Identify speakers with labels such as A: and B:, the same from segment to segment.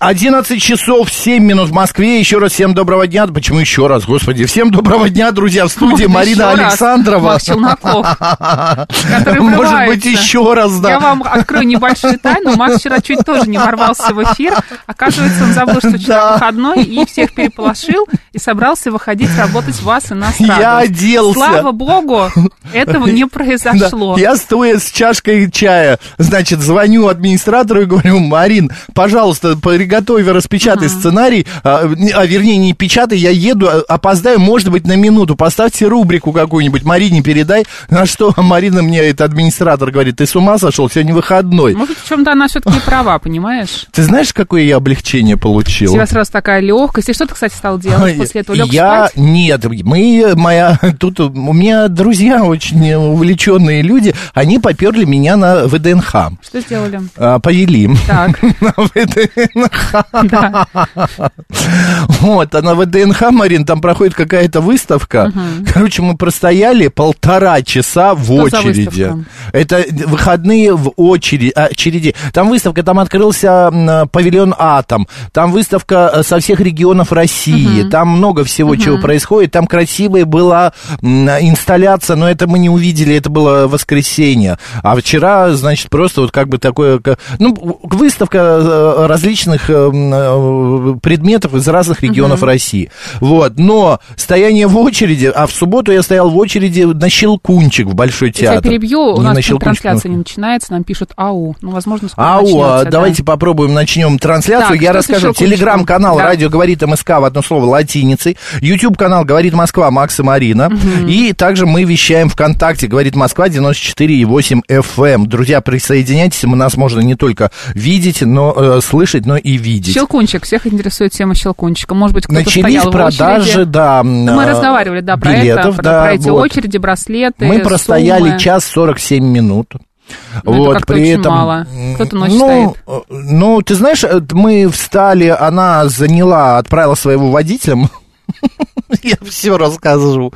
A: 11 часов 7 минут в Москве. Еще раз всем доброго дня. Почему еще раз, господи? Всем доброго дня, друзья, в студии
B: Вот
A: Марина
B: еще раз,
A: Александрова.
B: Марк Челноков, который
A: Может быть,
B: врывается.
A: еще раз, да.
B: Я вам открою небольшую тайну. Макс вчера чуть тоже не ворвался в эфир. Оказывается, он забыл, что вчера
A: Да.
B: выходной и всех переполошил и собрался выходить работать вас и нас
A: Я
B: радовать.
A: оделся.
B: Слава богу, этого не произошло.
A: Да, Я стоя с чашкой чая, значит, звоню администратору и говорю, Марин, пожалуйста, приготовь, распечатай сценарий, а, не- а, вернее, не печатай, я еду, а, опоздаю, может быть, на минуту, поставьте рубрику какую-нибудь, Марине передай, на что Марина мне, это администратор, говорит, ты с ума сошел, сегодня выходной.
B: Может, в чем-то она все-таки права, понимаешь?
A: Ты знаешь, какое я облегчение
B: У
A: получил?
B: тебя сразу такая легкость. И что ты, кстати, стал делать после этого? Лег
A: я
B: спать?
A: нет, мы моя тут у меня друзья очень увлеченные люди, они поперли меня на ВДНХ.
B: Что сделали?
A: А, повели.
B: Так,
A: На ВДНХ.
B: да.
A: Вот, а на ВДНХ, Марин, там проходит какая-то выставка. Короче, мы простояли полтора часа в
B: Что за
A: очереди.
B: выставка?
A: Это выходные в очереди. очереди. Там выставка, там открылся м, павильон «Атом», там выставка э, со всех регионов России, там много всего, чего происходит. Там красивая была м, инсталляция, но это мы не увидели, это было воскресенье. А вчера, значит, просто вот как бы такое... к- Ну, к- выставка э, различных э, м, э, предметов из разных регионов России. Вот, но стояние в очереди... А в субботу я стоял в очереди на «Щелкунчик» в Большой
B: Я
A: театр.
B: тебя перебью, у
A: Не
B: нас
A: на
B: тут
A: «Щелкунчик»,
B: трансляция
A: но-
B: не начинается, нам пишут АУ. Ну, возможно, скоро
A: Ау, а,
B: начнется, да.
A: давайте попробуем начнем трансляцию.
B: Так,
A: Я
B: что с
A: расскажу.
B: «Щелкунчиком»?
A: Телеграм-канал
B: Да.
A: «Радио говорит МСК» в одно слово латиницей. Ютуб-канал «Говорит Москва» Макс и Марина. И также мы вещаем ВКонтакте «Говорит Москва» 94,8 FM. эм. Друзья, присоединяйтесь. Мы нас можно не только видеть, но э, слышать, но и видеть.
B: Щелкунчик. Всех интересует тема щелкунчика. Может быть, кто-то
A: Начались
B: стоял в
A: продажи,
B: очереди.
A: да. э,
B: Мы разговаривали, да, про это, про, про эти
A: очереди.
B: очереди, браслеты,
A: Мы простояли
B: суммы.
A: час 47 минут.
B: Ну, это
A: вот,
B: как-то
A: при
B: очень
A: этом...
B: мало. Кто-то ночь
A: ну,
B: стоит.
A: э, ну, ты знаешь, э, мы встали, она заняла, отправила своего водителя. Я все расскажу.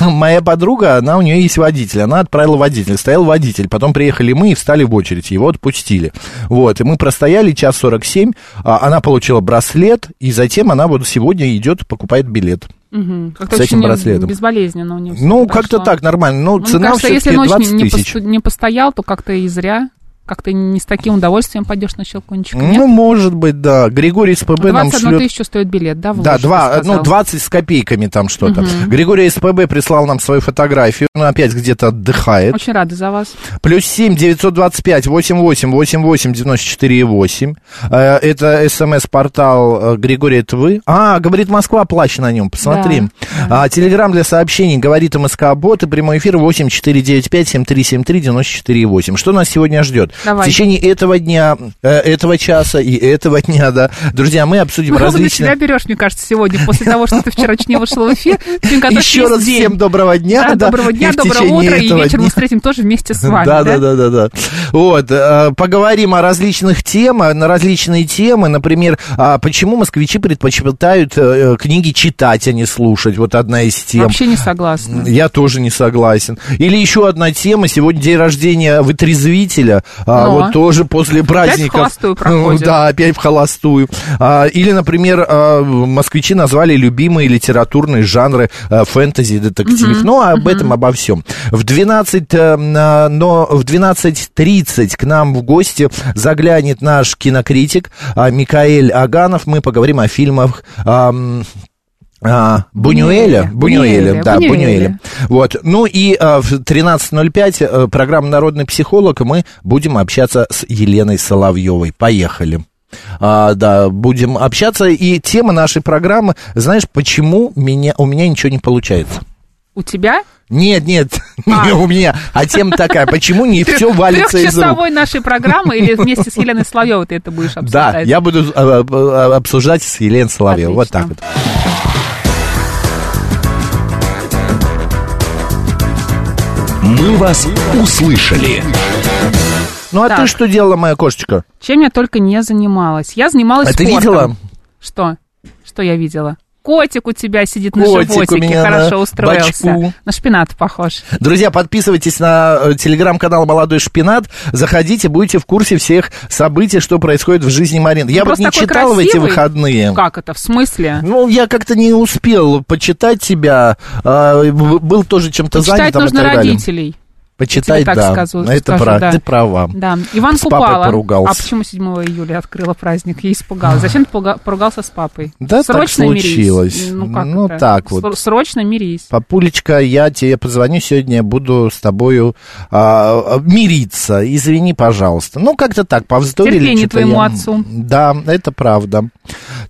A: Моя подруга, она у нее есть водитель. Она отправила водителя. Стоял водитель. Потом приехали мы и встали в очередь. Его отпустили. Вот. И мы простояли час 47. а, Она получила браслет. И затем она вот сегодня идет, покупает билет.
B: Мгм. Как-то
A: с этим
B: очень
A: браслетом.
B: Безболезненно у него всё
A: Ну,
B: прошло.
A: как-то так, нормально. Ну,
B: Ну, мне
A: цена
B: кажется, если
A: все-таки
B: ночь
A: 20
B: не, не,
A: тысяч.
B: посту- не постоял, то как-то и зря. Как-то не с таким удовольствием пойдешь на щелкунчик.
A: Ну, может быть, да. Григорий СПБ нам
B: 21
A: шлет...
B: тысячу стоит билет, да, в
A: Да,
B: Луж, ты
A: два,
B: сказал?
A: ну, 20 с копейками там что-то. Григорий СПБ прислал нам свою фотографию. Он опять где-то отдыхает.
B: Очень рада за вас.
A: Плюс 7 925 88 88 94 8. Это смс-портал э, Григорий, это вы? А, говорит Москва, плачь на нем, посмотри. А, Телеграм для сообщений, говорит МСК Бот и прямой эфир 8 495 7373 94 8. Что нас сегодня ждет?
B: Давай.
A: В течение этого дня, э, этого часа и этого дня, да. Друзья, мы обсудим
B: Много на
A: различные...
B: себя берешь, мне кажется, сегодня, после того, что ты вчера чуть не вышел в эфир. ты мне готов
A: Еще
B: весь
A: раз
B: день.
A: всем доброго дня.
B: Да,
A: да,
B: доброго
A: и
B: дня,
A: в
B: доброго
A: течение
B: утра, и
A: этого
B: вечер мы
A: дня.
B: встретим тоже вместе с вами,
A: да, да, да, да, да. Вот, э, поговорим о различных темах, на различные темы, например, а почему москвичи предпочитают э, книги читать, а не слушать. Вот одна из тем.
B: Вообще не согласна.
A: Я тоже не согласен. Или еще одна тема. Сегодня день рождения вытрезвителя. А,
B: Ну.
A: вот тоже после праздников.
B: холостую проходит.
A: Да, опять в холостую. А, или, например, а, москвичи назвали любимые литературные жанры а, фэнтези и детектив. Ну, об этом, обо всем. В 12, э, на- но в 12.30 к нам в гости заглянет наш кинокритик а, Микаэль Аганов. Мы поговорим о фильмах... ам, а, Бунюэля?
B: Бунюэля.
A: Бунюэля,
B: Бунюэля,
A: да,
B: Бунюэля.
A: Бунюэля. Вот. Ну и а, в 13.05 э, программа «Народный психолог» и мы будем общаться с Еленой Соловьевой. Поехали. А, да, будем общаться. И тема нашей программы, знаешь, почему меня, у меня ничего не получается?
B: У тебя
A: Нет, нет,
B: А.
A: не у меня. А тема такая, почему не все валится из рук?
B: трехчасовой нашей программы или вместе с Еленой Соловьевой ты это будешь обсуждать?
A: Да, я буду а, а, а, обсуждать с Еленой Соловьевой. Вот так
B: Отлично.
A: вот.
C: «Мы вас услышали».
A: Ну а
B: Так.
A: ты что делала, моя кошечка?
B: Чем я только не занималась. Я занималась
A: А ты
B: спортом.
A: видела?
B: Что? Что я видела? Котик у тебя сидит на
A: Котик у
B: животике,
A: меня на
B: хорошо устроился.
A: бочку.
B: На шпинат похож.
A: Друзья, подписывайтесь на э, телеграм-канал «Молодой шпинат». Заходите, будете в курсе всех событий, что происходит в жизни Марины. Я
B: Ну,
A: вот
B: просто
A: не
B: такой
A: читал в эти
B: красивый.
A: выходные.
B: Как это? В смысле?
A: Ну, я как-то не успел почитать тебя. а, б- был тоже чем-то
B: Читать
A: занятым и
B: нужно
A: так далее.
B: родителей.
A: Почитать,
B: так
A: да.
B: скажу-
A: Это
B: скажу,
A: прав-
B: да.
A: ты права.
B: Да. Иван
A: С папой
B: Купала.
A: поругался.
B: А почему 7 июля открыла праздник? Я испугалась. Зачем ты полга- поругался с папой?
A: Да, так
B: Срочно мирись.
A: случилось.
B: Ну, как
A: Ну,
B: это?
A: так вот.
B: Ср- Срочно мирись.
A: Папулечка, я тебе позвоню сегодня, я буду с тобою а, мириться. Извини, пожалуйста. Ну, как-то так, повздорили.
B: Терпение
A: что-то
B: твоему
A: я.
B: отцу.
A: Да, это правда.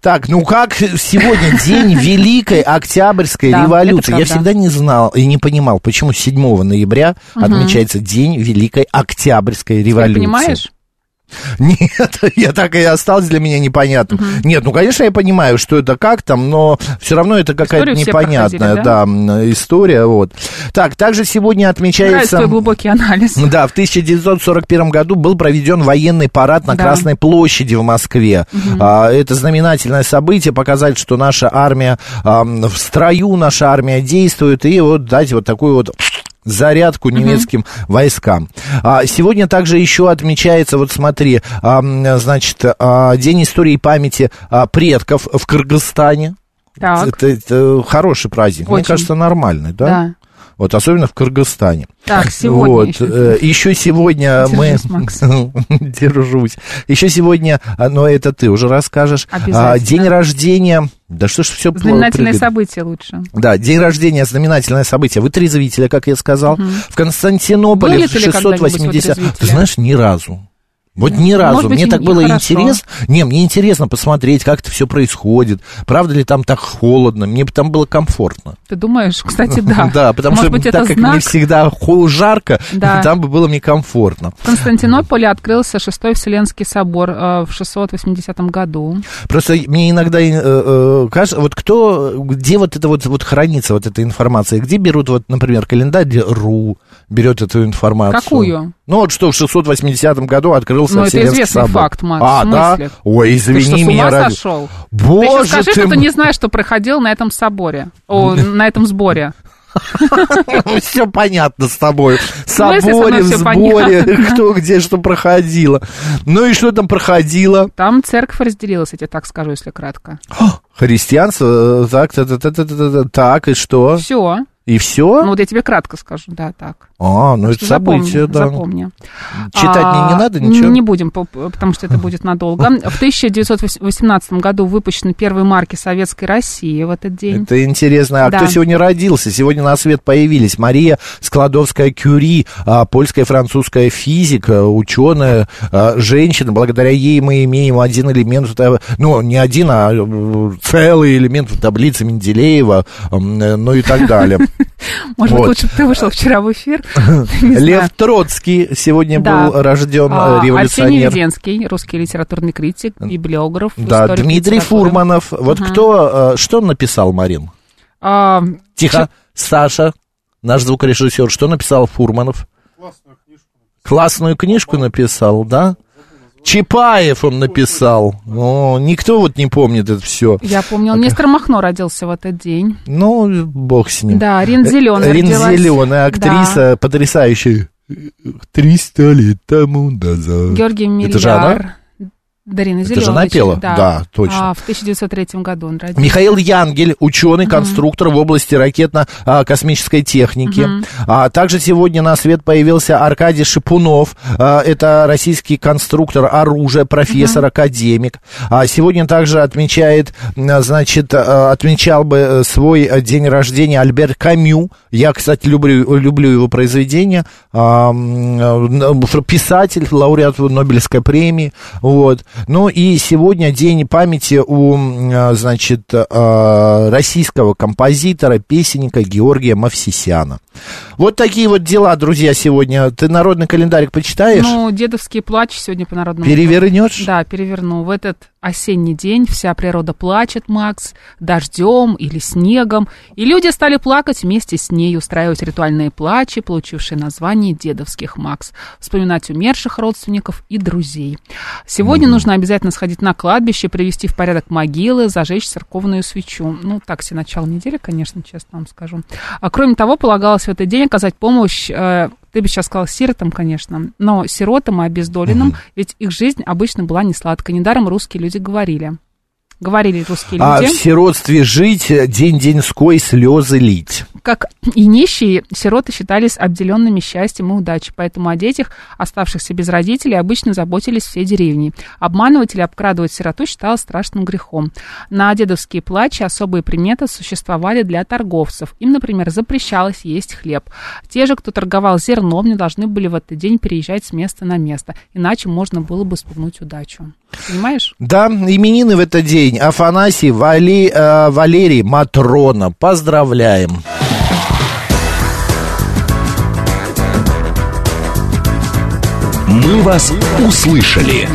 A: Так, ну как сегодня день Великой Октябрьской
B: Да, это
A: революции? Я
B: правда.
A: всегда не знал и не понимал, почему 7 ноября отмечается День Великой Октябрьской
B: Ты
A: революции.
B: понимаешь?
A: Нет, я так и остался для меня непонятным. Нет, ну, конечно, я понимаю, что это как там, но все равно это какая-то
B: Историю все
A: непонятная
B: проходили,
A: да? м, история. Вот. Так, также сегодня
B: Нравится
A: отмечается...
B: твой глубокий анализ.
A: Да, в 1941 году был проведен военный парад на
B: Да.
A: Красной площади в Москве. А, Это знаменательное событие, показать, что наша армия ам, в строю, наша армия действует, и вот дать вот такую вот зарядку немецким войскам. А, сегодня также еще отмечается, вот смотри, ам, значит, а, День истории и памяти а, предков в Кыргызстане.
B: Так.
A: Это, это хороший праздник, мне
B: Очень.
A: кажется, нормальный, да?
B: Да.
A: Вот особенно в Кыргызстане.
B: Так, сегодня
A: Вот,
B: еще.
A: э, еще сегодня
B: Держись,
A: мы...
B: Макс.
A: Держусь. Еще сегодня, а, но это ты уже расскажешь. а,
B: Обязательно.
A: День рождения... Да что ж все
B: Знаменательное событие лучше.
A: Да, день рождения, знаменательное событие. Вытрезвителя, как я сказал. В Константинополе
B: Были
A: в
B: ли когда-нибудь
A: 680...
B: вытрезвители?
A: Ты знаешь, ни разу. Вот ни разу.
B: быть,
A: мне
B: и
A: так
B: не-
A: было
B: хорошо.
A: интересно. Не, мне интересно посмотреть, как это все происходит. Правда ли там так холодно? Мне бы там было комфортно.
B: Ты думаешь? Кстати, да.
A: Да, потому
B: Может
A: что
B: быть,
A: так
B: это
A: как мне
B: знак.
A: всегда хо- жарко,
B: Да.
A: там бы было мне комфортно.
B: В Константинополе открылся Шестой Вселенский собор э, в 680 году.
A: Просто мне иногда э, э, кажется, вот кто, где вот это вот, вот хранится вот эта информация, где берут вот, например, календарь РУ берет эту информацию?
B: Какую?
A: Ну вот что в 680 году открылся
B: Ну, это
A: Вселенский
B: известный
A: собор.
B: факт, Макс,
A: А,
B: в
A: да?
B: смысле?
A: Ой, извини
B: ты что, с ума
A: меня, ради-
B: сошел? Ты еще
A: Боже
B: скажи,
A: ты
B: что ты
A: мой.
B: не знаешь, что проходил на этом соборе, о, на этом сборе.
A: Все понятно с тобой.
B: смысле
A: В
B: со мной
A: соборе, в
B: всё
A: сборе,
B: понятно?
A: кто где что проходило. Ну и что там проходило?
B: Там церковь разделилась, я тебе так скажу, если кратко.
A: А? Христианство, э, так, та- та- та- та- та- та- так, и что?
B: Все.
A: И все?
B: Ну, вот я тебе кратко скажу, да, так.
A: а, ну это
B: Запомни,
A: событие, да.
B: запомни.
A: Читать мне
B: А,
A: не надо, ничего?
B: Не будем, по- по- потому что это будет надолго. В 1918 году выпущены первые марки Советской России в этот день.
A: Это интересно. А
B: Да.
A: кто сегодня родился? Сегодня на свет появились Мария Складовская-Кюри, а, польская и французская физика, ученая, а, женщина. Благодаря ей мы имеем один элемент, в та- ну, не один, а э, целый элемент в таблице Менделеева, м, э, ну и так далее.
B: Может быть,
A: Вот.
B: лучше бы ты вышел вчера в эфир. Не знаю.
A: Лев Троцкий сегодня
B: Да.
A: был рожден, э,
B: А, Арсений
A: революционер.
B: Веденский, русский литературный критик, библиограф.
A: Да,
B: историк
A: Дмитрий
B: литературы.
A: Фурманов. Вот кто, э, что он написал, Марин?
B: А,
A: Тихо. Саша, наш звукорежиссер, что написал Фурманов? Классную книжку написал, да? Чапаев он написал. О, никто вот не помнит это все.
B: я помню, он Нестор Махно родился в этот день.
A: Ну, бог с ним.
B: Да, Рин Зеленый
A: Рин Зелёная, актриса потрясающая. 300 лет тому назад.
B: Георгий Миллиар.
A: Это же она?
B: Дарина
A: же
B: Зеленая.
A: она пела? Да, точно.
B: А, в 1903 году он родился.
A: Михаил Янгель, ученый, конструктор в области ракетно-космической техники. А также сегодня на свет появился Аркадий Шипунов. А, Это российский конструктор оружия, профессор, академик. А Сегодня также отмечает, м, значит, а, отмечал бы э, свой э, день рождения Альберт Камю. Я, кстати, люблю, люблю его произведения. А, м, э, Писатель, лауреат Нобелевской премии. Вот. Ну и сегодня день памяти у, м, э, значит, э, российского композитора, песенника Георгия Мавсисяна. Вот такие вот дела, друзья, сегодня. Ты народный календарик почитаешь?
B: Ну, дедовский плач сегодня по народному.
A: Перевернешь?
B: Да, переверну. В этот осенний день вся природа плачет, Макс, дождем или снегом. И люди стали плакать вместе с ней, устраивать ритуальные плачи, получившие название дедовских, Макс. Вспоминать умерших родственников и друзей. Сегодня нужно обязательно сходить на кладбище, привести в порядок могилы, зажечь церковную свечу. Ну, так все начало недели, конечно, честно вам скажу. А кроме того, полагалось в этот день оказать помощь э, ты бы сейчас сказал сиротам, конечно, но сиротам и обездоленным, ведь их жизнь обычно была не сладкой. Недаром русские люди говорили. Говорили русские
A: А в
B: люди,
A: сиротстве жить, э, день деньской слезы лить.
B: как и нищие, сироты считались обделенными счастьем и удачей, поэтому о детях, оставшихся без родителей, обычно заботились все деревни. Обманывать или обкрадывать сироту считалось страшным грехом. На дедовские плачи особые приметы существовали для торговцев. Им, например, запрещалось есть хлеб. Те же, кто торговал зерном, не должны были в этот день переезжать с места на место, иначе можно было бы спугнуть удачу. Понимаешь?
A: Да, именины в этот день. Афанасий, Вали, э, Валерий, Матрона. Поздравляем.
C: «Мы вас услышали».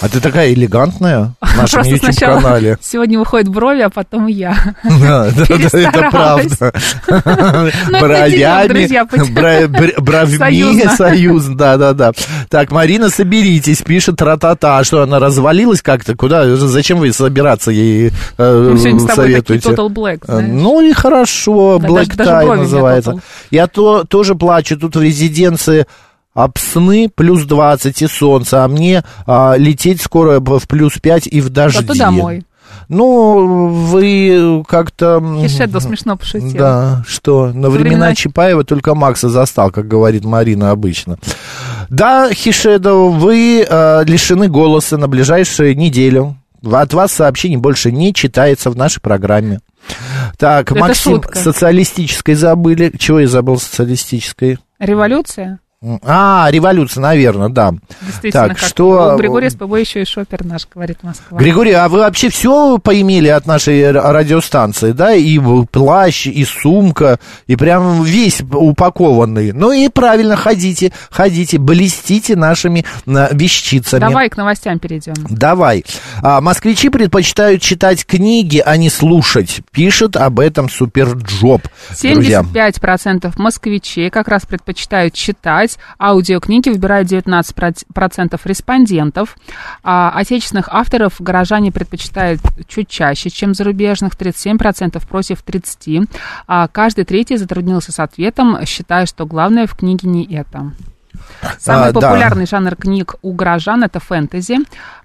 A: А ты такая элегантная в нашем
B: Просто сначала
A: YouTube-канале.
B: сегодня выходит брови, а потом я.
A: Да, да, да, это
B: Перестаралась.
A: правда.
B: дерём, друзья,
A: Бровями,
B: потя-
A: бра- бр- бровьми,
B: Союзно.
A: союз, да, да, да. Так, Марина, соберитесь, пишет тра-та-та. А что, она развалилась как-то? Куда? Зачем вы собираться ей э,
B: Мы сегодня с тобой такие
A: советуете?
B: Total Black,
A: Э,
B: знаешь.
A: Ну и хорошо,
B: Да,
A: Black
B: даже- даже брови у
A: Tie
B: меня
A: называется.
B: total.
A: Я то, тоже плачу, тут в резиденции Апсны плюс 20 и солнце, а мне а, лететь скоро б- в плюс 5 и в дожди.
B: Зато домой.
A: Ну, вы как-то... м,
B: Хишедо смешно пошутил.
A: Да, что? На времена,
B: времена-
A: Чапаева только Макса застал, как говорит Марина обычно. Да, Хишедов, вы э, лишены голоса на ближайшую неделю. От вас сообщений больше не читается в нашей программе. Так,
B: Это
A: Максим,
B: шутка.
A: социалистической забыли. Чего я забыл социалистической?
B: Революция?
A: М, А, революция, наверное, да.
B: Действительно,
A: Так,
B: как
A: что-
B: у Григория с тобой еще и шопер наш, говорит Москва.
A: Григорий, а вы вообще все поимели от нашей р- радиостанции, да? И в- плащ, и сумка, и прям весь упакованный. Ну и правильно, ходите, ходите, блестите нашими а, вещицами.
B: Давай к новостям перейдем.
A: Давай. А, москвичи предпочитают читать книги, а не слушать. Пишет об этом Суперджоп. Друзья.
B: 75% москвичей как раз предпочитают читать. Аудиокниги выбирают 19% респондентов. А отечественных авторов горожане предпочитают чуть чаще, чем зарубежных. 37% против 30%. А каждый третий затруднился с ответом, считая, что главное в книге не это. Самый
A: А, да.
B: популярный жанр книг у горожан – это фэнтези,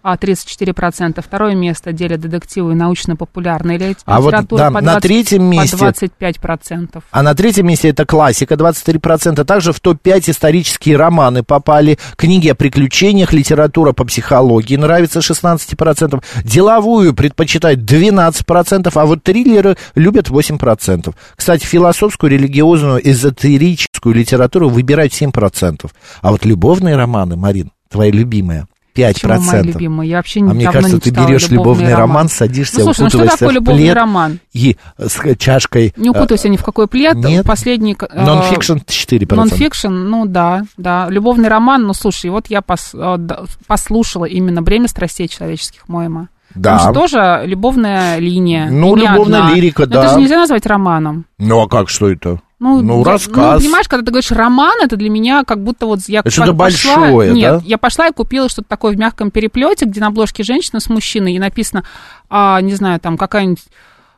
B: а, 34%. Второе место делят детективы и научно-популярная лит- литература
A: А вот, да,
B: по
A: на третьем месте-
B: по 25%.
A: А на третьем месте это классика, 23%. Также в топ-5 исторические романы попали. Книги о приключениях, литература по психологии нравится 16%. Деловую предпочитают 12%, а вот триллеры любят 8%. Кстати, философскую, религиозную, эзотерическую литературу выбирают 7%. А вот любовные романы, Марин, твоя любимая, 5%.
B: Почему моя любимая? Я вообще
A: А мне
B: давно
A: кажется,
B: не
A: ты
B: читала
A: берешь любовный роман, садишься,
B: ну, слушай, ну что
A: укутываешься в
B: такое любовный
A: плед
B: роман?
A: и с чашкой...
B: Не
A: э,
B: укутывайся ни в какой плед.
A: нет.
B: Последний... э,
A: Нонфикшн 4%.
B: Нонфикшн, ну да, да. Любовный роман, ну слушай, вот я пос- э, да, послушала именно «Бремя страстей человеческих» Моема.
A: Да.
B: Потому ну что тоже любовная линия.
A: Ну,
B: и не
A: любовная
B: одна.
A: лирика,
B: Но
A: да.
B: Это же нельзя назвать романом.
A: Ну а как, что это? Ну,
B: я-
A: рассказ.
B: Ну, понимаешь, когда ты говоришь роман, это для меня как будто вот я
A: Это
B: как
A: что-то
B: пошла-
A: большое,
B: Нет,
A: да?
B: я пошла и купила что-то такое в мягком переплете, где на обложке женщина с мужчиной, и написано, а, не знаю, там какая-нибудь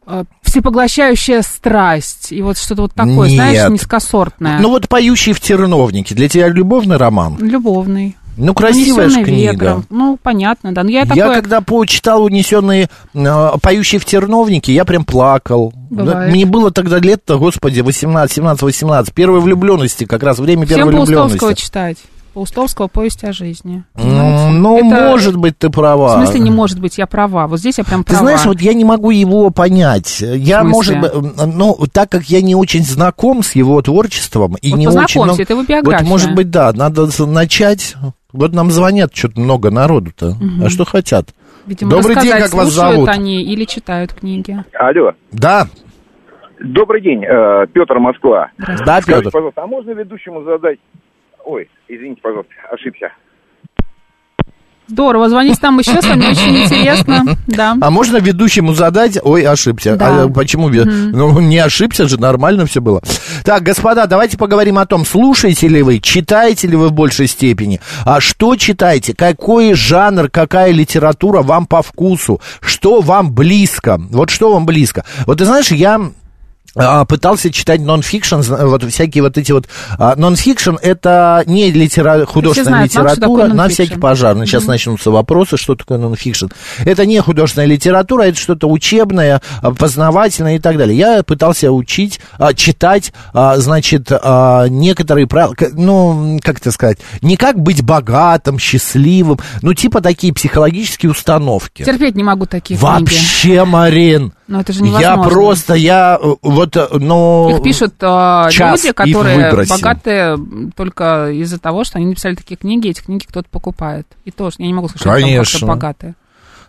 B: а, всепоглощающая страсть. И вот что-то вот такое,
A: Нет.
B: знаешь, низкосортное.
A: Ну вот «Поющий в терновнике» для тебя любовный роман?
B: Любовный.
A: Ну, красивая же
B: «Унесённый
A: книга.
B: ветром. Ну, понятно, да. Но я,
A: Я
B: такое...
A: когда почитал «Унесенные э, поющие в терновнике», я прям плакал.
B: Бывает.
A: Ну, Мне было тогда лет-то, господи, 18, 17, 18. Первой влюбленности, как раз время
B: Всем
A: первой
B: Паустовского
A: влюбленности.
B: читать. Паустовского «Повесть о жизни».
A: М, Ну,
B: Это-
A: может быть, ты
B: В
A: права.
B: смысле, не может быть, я права. Вот здесь я прям
A: А. Ты
B: права.
A: знаешь, вот я не могу его понять. Я,
B: В смысле?
A: может быть, м, ну, так как я не очень знаком с его творчеством и
B: Вот
A: не очень...
B: познакомься,
A: много-
B: это его
A: Вот,
B: биография.
A: может быть, да, надо с- начать. Вот нам звонят что-то много народу-то. А что хотят?
B: Видимо,
A: Добрый день,
B: рассказать,
A: как вас
B: слушают
A: зовут?
B: они или читают книги.
D: Алло.
A: Да,
D: Добрый день, э, Петр Москва.
A: да,
D: Скажите,
A: Петр.
D: пожалуйста, а можно ведущему задать... Ой, извините, пожалуйста, ошибся.
B: Здорово, звоните нам еще, с вами очень интересно. Да.
A: А можно ведущему задать? Ой, ошибся.
B: Да.
A: А, э, почему? ве- Ну, не ошибся же, нормально все было. Так, господа, давайте поговорим о том, слушаете ли вы, читаете ли вы в большей степени, а что читаете, какой жанр, какая литература вам по вкусу, что вам близко, вот что вам близко. Вот ты знаешь, я а, пытался читать нон-фикшн, зна- вот всякие вот эти вот... а, Нон-фикшн — это не литера... художественная
B: знают, нам, что такое
A: литература, на
B: нон-фикшн.
A: всякий пожарный. Сейчас начнутся вопросы, что такое нон-фикшн. Это не художественная литература, это что-то учебное, а, познавательное и так далее. Я пытался учить, а, читать, а, значит, а, некоторые правила, к- ну, как это сказать, не как быть богатым, счастливым, ну, типа такие психологические установки.
B: Терпеть не могу такие книги.
A: Вообще, Марин,
B: Но это же
A: я
B: невозможно.
A: просто, я э, вот, э, ну...
B: Их пишут а,
A: час
B: люди,
A: их
B: которые
A: выбросил.
B: богатые м, только из-за того, что они написали такие книги, эти книги кто-то покупает. И тоже, я не могу сказать, что
A: Конечно.
B: там как-то богатые.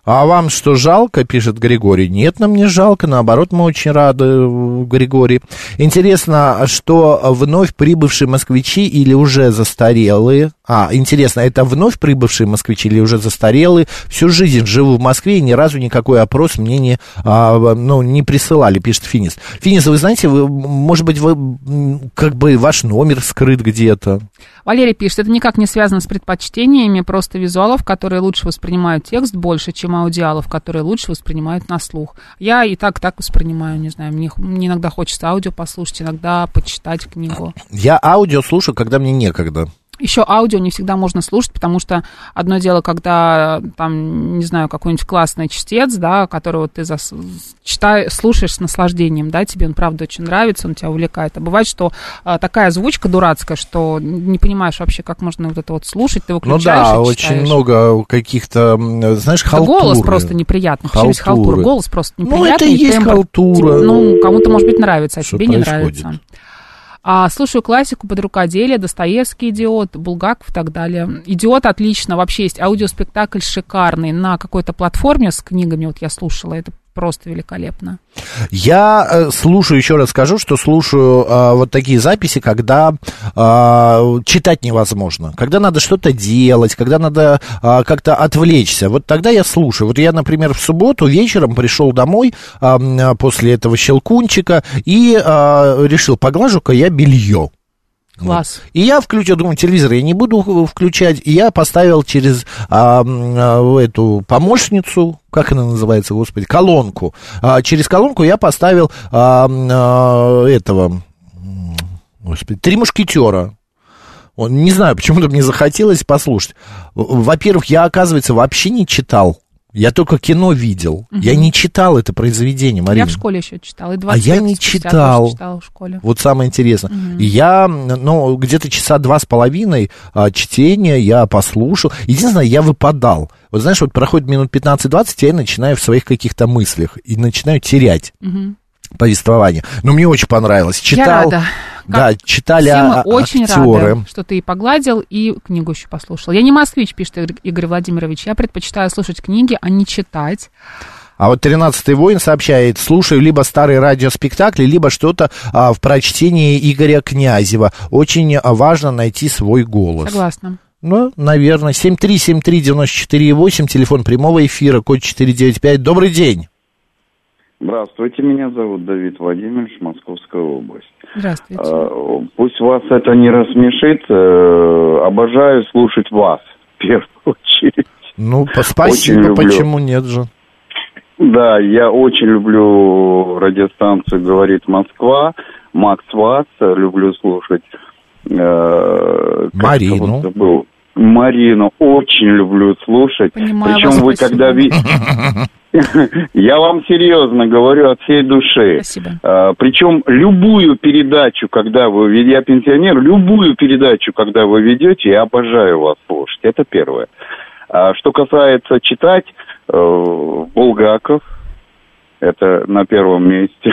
A: А вам что, жалко, пишет Григорий? Нет, нам не жалко, наоборот, мы очень рады, э, Григорий. Интересно, а что вновь прибывшие москвичи или уже застарелые? А, интересно, это вновь прибывшие москвичи или уже застарелые? Всю жизнь живу в Москве и ни разу никакой опрос мне не, а, в- ну, не присылали, пишет Финис. Финис, вы знаете, вы, может быть, вы, м, как бы ваш номер скрыт где-то?
B: Валерий пишет, это никак не связано с предпочтениями, просто визуалов, которые лучше воспринимают текст больше, чем аудиалов, которые лучше воспринимают на слух. Я и так, и так воспринимаю, не знаю, мне, х- мне иногда хочется аудио послушать, иногда почитать книгу.
A: Я аудио слушаю, когда мне некогда.
B: Еще аудио не всегда можно слушать, потому что одно дело, когда э, там, не знаю, какой-нибудь классный чтец, да, которого ты зас- читай- слушаешь с наслаждением, да, тебе он правда очень нравится, он тебя увлекает. А бывает, что э, такая озвучка дурацкая, что не понимаешь вообще, как можно вот это вот слушать, ты
A: Ну
B: выключаешь
A: да,
B: и
A: очень
B: читаешь.
A: много каких-то, м, знаешь,
B: Это
A: халтуры.
B: голос просто неприятный. Почему здесь халтура?
A: Халтуры.
B: Голос просто
A: Ну,
B: неприятный.
A: это и есть
B: тембр.
A: халтура.
B: Ну, кому-то, может быть, нравится, а
A: Что
B: тебе не
A: происходит?
B: нравится. А, слушаю классику под рукоделие, Достоевский идиот, Булгаков и так далее. Идиот отлично, вообще есть аудиоспектакль шикарный на какой-то платформе с книгами, вот я слушала, это просто великолепно.
A: Я э, слушаю, еще раз скажу, что слушаю э, вот такие записи, когда э, читать невозможно, когда надо что-то делать, когда надо э, как-то отвлечься. Вот тогда я слушаю. Вот я, например, в субботу вечером пришел домой э, м, после этого щелкунчика и э, решил, поглажу-ка я белье.
B: Класс.
A: И я включил, думаю, телевизор я не буду включать. И я поставил через а, м, а, эту помощницу, как она называется, господи, колонку. А, через колонку я поставил а, м, а, этого, м, господи, три мушкетера. Он, не знаю, почему-то мне захотелось послушать. В- Во-первых, я, оказывается, вообще не читал. Я только кино видел. Я не читал это произведение,
B: Я
A: Марина. А
B: в школе еще читала. И 20
A: я
B: лет
A: не
B: спустя
A: читал.
B: тоже читала в школе.
A: Вот самое интересное. И я, ну, где-то часа два с половиной а, чтения я послушал. Единственное, я выпадал. Вот знаешь, вот проходит минут 15-20, я и начинаю в своих каких-то мыслях и начинаю терять. повествование. Но мне очень понравилось. Читал,
B: Я рада.
A: да, читали
B: Все мы
A: а-
B: очень
A: актеры.
B: рады, что ты и погладил, и книгу еще послушал. Я не москвич, пишет Игорь- Игорь Владимирович. Я предпочитаю слушать книги, а не читать.
A: А вот 13-й воин сообщает, слушаю либо старые радиоспектакли, либо что-то а, в прочтении Игоря Князева. Очень а, важно найти свой голос.
B: Согласна.
A: Ну, наверное. 7373948, телефон прямого эфира, код 495. Добрый день.
E: Здравствуйте, меня зовут Давид Владимирович, Московская область.
B: Здравствуйте.
E: Э, Пусть вас это не рассмешит, э, обожаю слушать вас в первую очередь.
A: Ну, по-
E: Очень
A: спасибо,
E: люблю.
A: почему нет же.
E: Да, я очень люблю радиостанцию «Говорит Москва», Макс Вас, э, люблю слушать. э, как
A: Марину.
E: зовут, забыл. Марину очень люблю слушать.
B: Понимаю
E: Причем
B: вас,
E: вы
B: спасибо.
E: когда... ви- Я вам серьезно говорю от всей души.
B: Спасибо.
E: Э, Причем любую передачу, когда вы вед- я пенсионер, любую передачу, когда вы ведете, я обожаю вас слушать. Это первое. А Что касается читать, э, Булгаков, это на первом месте.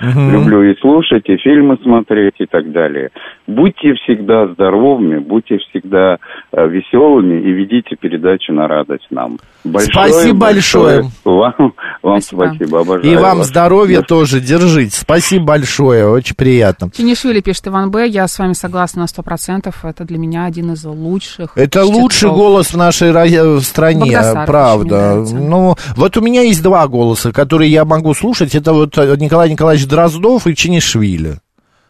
A: Мгм.
E: Люблю и слушать, и фильмы смотреть, и так далее. Будьте всегда здоровыми, будьте всегда э, веселыми и ведите передачу на радость нам.
A: Спасибо большое.
E: Вам, вам
B: Спасибо.
E: спасибо. обожаю
A: И вам
E: вас.
A: здоровья тоже, держите. Спасибо большое, очень приятно.
B: Чинишвили пишет Иван Б. Я с вами согласна на 100%. Это для меня один из лучших.
A: Это
B: чтецов.
A: лучший голос в нашей ра- э, в стране,
B: Багдасаров
A: правда.
B: очень мне
A: Ну, вот у меня есть два голоса, которые я могу слушать. Это вот э, Николай Николаевич Дроздов и Чинишвили.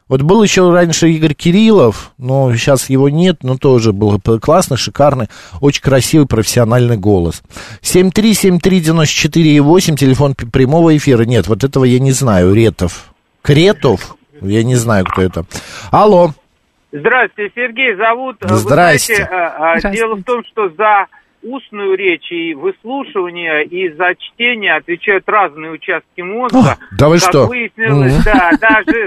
A: Вот был еще раньше Игорь Кириллов, но сейчас его нет, но тоже был п- классный, шикарный, очень красивый профессиональный голос. 7373948, телефон п- прямого эфира. Нет, вот этого я не знаю, Ретов. Кретов? Я не знаю, кто это. Алло.
F: Здравствуйте, Сергей зовут. Э,
A: Здрасте.
F: Вы знаете, э, э,
B: Здравствуйте.
F: дело в том, что за устную речь и выслушивание, и за чтение отвечают разные участки мозга.
A: Да а вы
F: как
A: что?
F: выяснилось,
A: Мгм.
F: да, даже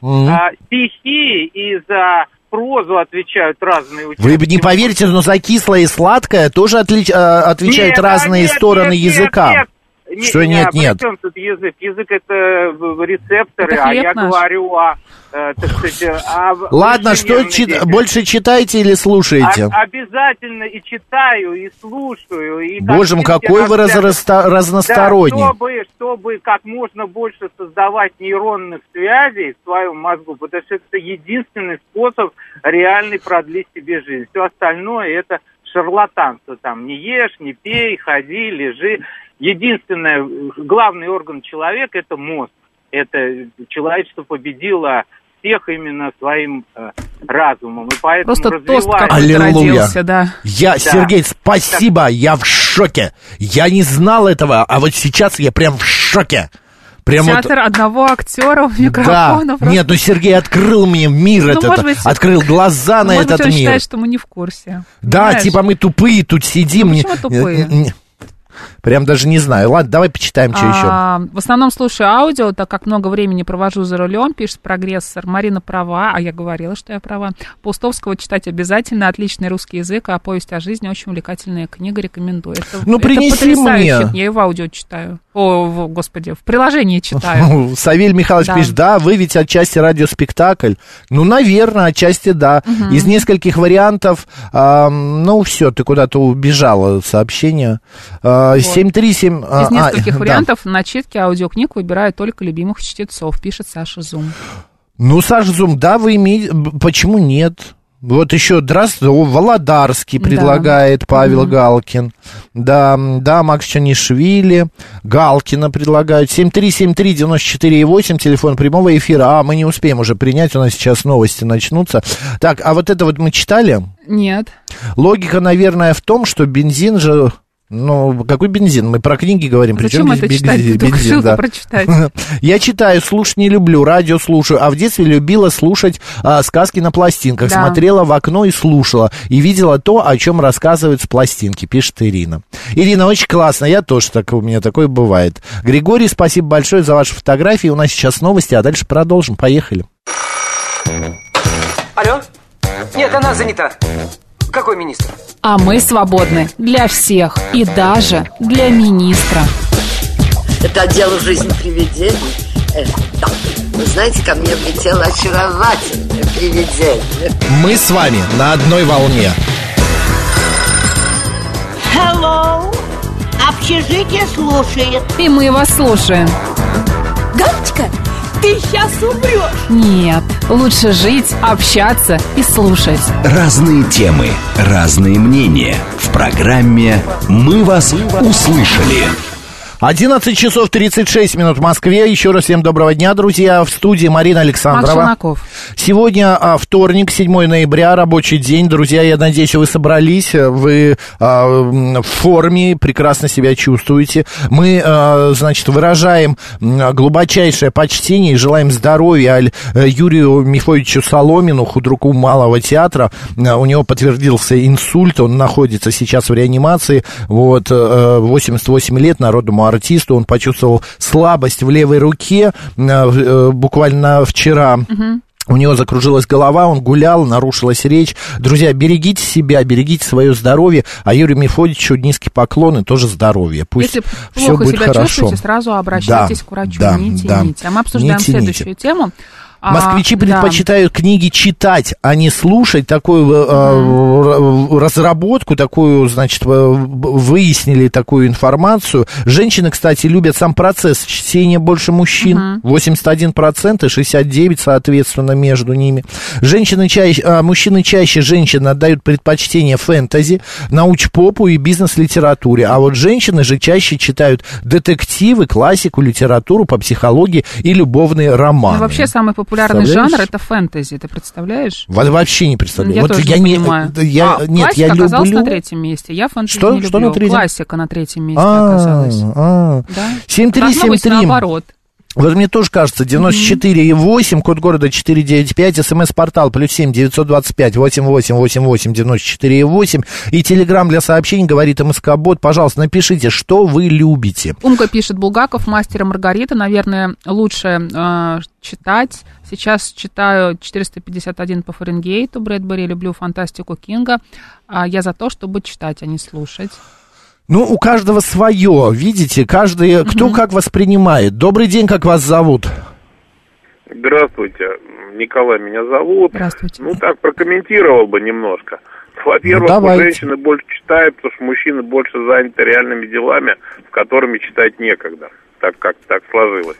A: Мгм.
F: за а, стихи и за прозу отвечают разные участки
A: Вы бы не
F: мозга.
A: поверите, но за кислое и сладкое тоже отли- э, отвечают
F: Нет, а
A: разные
F: нет,
A: стороны
F: нет, нет,
A: языка.
F: нет. Не-
A: Что
F: не,
A: нет,
F: а при
A: нет.
F: чем тут язык? Язык это э, в- в рецепторы,
B: Это
F: а
B: хлеб
F: я
B: наш.
F: говорю о, э, так сказать, о в-
A: Ладно, что
F: инженерной
A: чит-
F: деятельности.
A: больше читаете или слушаете?
F: А- обязательно и читаю, и слушаю. И
A: Боже мой,
F: как
A: какой вы
F: иногда-
A: разраста- разносторонний.
F: Да, чтобы, чтобы как можно больше создавать нейронных связей в своем мозгу, потому что это единственный способ реально продлить себе жизнь. Все остальное это шарлатанство. Там не ешь, не пей, ходи, лежи. Единственное, э, главный орган человека это мозг. Это человечество победило всех именно своим э, разумом. И поэтому
B: Просто
E: Ну,
B: тост
F: развивая-
B: какой-то
A: Аллилуйя.
B: родился, да.
A: Я, Сергей, спасибо, я в шоке. Я не знал этого, а вот сейчас я прям в шоке. Прям вот-
B: Театр одного актера у
A: Да,
B: микрофона. просто.
A: нет, ну Сергей открыл мне мир
B: Ну,
A: этот,
B: может быть,
A: открыл глаза на
B: Может быть,
A: этот
B: он
A: мир.
B: считает, что мы не в курсе.
A: Да,
B: Понимаешь?
A: типа мы тупые тут сидим.
B: Ну,
A: не-
B: почему тупые?
A: не- не- Прям даже не знаю. Ладно, давай почитаем, что еще.
B: А, В основном слушаю аудио, так как много времени провожу за рулем, пишет прогрессор. Марина права, а я говорила, что я права. Паустовского читать обязательно, отличный русский язык, а повесть о жизни очень увлекательная книга, рекомендую. Это,
A: Ну,
B: это
A: принеси
B: потрясающе.
A: мне.
B: Я и в аудио читаю. О, в- господи, в приложении читаю.
A: Ну, Савель Михайлович
B: Да.
A: пишет, да, вы ведь отчасти радиоспектакль. Ну, наверное, отчасти да. Из нескольких вариантов, а, ну, все, ты куда-то убежала сообщение. А, 737... а,
B: Из нескольких
A: а, да.
B: вариантов начитки аудиокниг выбираю только любимых чтецов, пишет Саша Зум.
A: Ну, Саш Зум, да, вы имеете... б- Почему нет? Вот еще Дроздов, Володарский
B: Да.
A: предлагает Павел Галкин. Да, м, да, Макс Чанишвили, Галкина предлагают. 7373948, телефон прямого эфира. А, мы не успеем уже принять, у нас сейчас новости начнутся. Так, а вот это вот мы читали?
B: Нет.
A: Логика, наверное, в том, что бензин же... Ну, какой бензин? Мы про книги говорим.
B: Зачем
A: Причем
B: это
A: здесь
B: читать? Ты
A: бензин?
B: только
A: Бензин,
B: решил
A: да.
B: прочитать.
A: Я читаю, слушать не люблю, радио слушаю, а в детстве любила слушать а, сказки на пластинках,
B: Да.
A: смотрела в окно и слушала, и видела то, о чем рассказывают с пластинки, пишет Ирина. Ирина, очень классно, я тоже так, у меня такое бывает. Григорий, спасибо большое за ваши фотографии, у нас сейчас новости, а дальше продолжим, поехали.
G: Алло? Нет, она занята. Какой министр?
B: А мы свободны для всех и даже для министра.
H: Это отдел жизни привидений. Э, да. Вы знаете, ко мне влетело очаровательное привидение.
A: Мы с вами на одной волне.
I: Hello. Общежитие слушает.
B: И мы вас слушаем.
J: Галочка, ты сейчас умрешь.
B: Нет, лучше жить, общаться и слушать.
C: Разные темы, разные мнения. В программе «Мы вас услышали».
A: 11 часов 36 минут в Москве. Еще раз всем доброго дня, друзья. В студии Марина
B: Макс
A: Александрова.
B: Челноков.
A: Сегодня а, вторник, 7 ноября, рабочий день. Друзья, я надеюсь, вы собрались, э, вы а, м, в форме, прекрасно себя чувствуете. Мы, а, значит, выражаем м, глубочайшее почтение и желаем здоровья Аль- э, Юрию Михайловичу Соломину, худруку Малого театра. Э, У него подтвердился инсульт, он находится сейчас в реанимации. Вот, э, 88 лет народному артисту, он почувствовал слабость в левой руке э, в- э, буквально вчера. У него закружилась голова, он гулял, нарушилась речь. Друзья, берегите себя, берегите свое здоровье. А Юрию Мефодичу низкий поклон и тоже здоровье. Пусть
B: Если
A: все
B: плохо
A: будет
B: себя
A: хорошо.
B: чувствуете, сразу обращайтесь
A: Да,
B: к врачу,
A: да,
B: не
A: да.
B: тяните. А мы обсуждаем
A: Не тяните.
B: следующую тему. А,
A: Москвичи
B: да.
A: предпочитают книги читать, а не слушать такую э, р- разработку, такую, значит, э, выяснили такую информацию. Женщины, кстати, любят сам процесс чтения больше мужчин. 81% и 69%, соответственно, между ними. Женщины чаще, а, мужчины чаще женщин отдают предпочтение фэнтези, науч-попу и бизнес-литературе. А вот женщины же чаще читают детективы, классику, литературу по психологии и любовные романы.
B: Ну, вообще самый популярный
A: Представляешь?
B: жанр это фэнтези, ты представляешь?
A: Во- Вообще не представляю.
B: Я
A: Вот
B: тоже не, понимаю.
A: э, я-
B: А,
A: нет,
B: классика
A: я
B: оказалась
A: люблю.
B: на третьем месте. Я фэнтези
A: Что?
B: не люблю.
A: Что на третьем?
B: Классика на третьем месте
A: А,
B: оказалась.
A: а.
B: Да? Должно быть
A: 7373.
B: наоборот.
A: Вот мне тоже кажется, 94,8, код города 495, смс-портал плюс 7, 925, 8888, 94,8. И телеграмм для сообщений говорит МСК-бот. Пожалуйста, напишите, что вы любите.
B: Умка пишет Булгаков, мастер и Маргарита. Наверное, лучше э, читать. Сейчас читаю 451 по Фаренгейту Брэдбери. Люблю фантастику Кинга. А я за то, чтобы читать, а не слушать.
A: Ну, у каждого свое, видите, каждый, кто как воспринимает. Добрый день, как вас зовут?
K: Здравствуйте, Николай меня зовут.
B: Здравствуйте.
K: Ну так, прокомментировал бы немножко. Во-первых,
A: Ну, давайте.
K: женщины больше читают, потому что мужчины больше заняты реальными делами, в которыми читать некогда, так как так сложилось.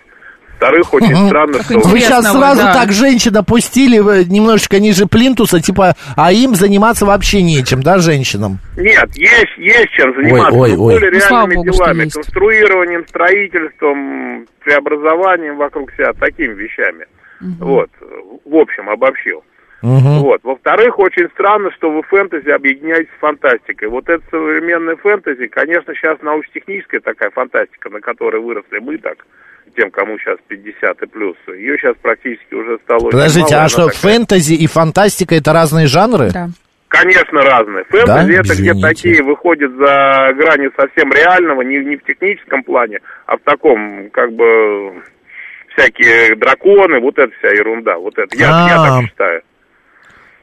K: Во-вторых, очень
A: Мгм.
K: странно, что...
A: Вы сейчас сразу так женщин опустили э, немножечко ниже плинтуса, типа, а им заниматься вообще нечем, да, женщинам?
K: Нет, есть, есть чем заниматься.
A: ой,
K: но
A: ой.
K: более
A: Ну, слава
K: реальными
A: богу, что
K: делами,
A: есть.
K: конструированием, строительством, преобразованием вокруг себя, такими вещами. Вот, в общем, обобщил. Вот. Во-вторых, очень странно, что вы фэнтези объединяете с фантастикой. Вот это современная фэнтези, конечно, сейчас научно-техническая такая фантастика, на которой выросли мы так, тем, кому сейчас 50 и плюс. Ее сейчас практически уже стало очень
A: Подождите,
K: мало,
A: а
K: она
A: что,
K: такая
A: фэнтези и фантастика это разные жанры?
K: Конечно, разные. Фэнтези
A: Да?
K: это где
A: Извините.
K: такие выходят за грани совсем реального, не, не в техническом плане, а в таком, как бы, всякие драконы, вот эта вся ерунда. Вот это. Я, я
A: А.
K: так считаю.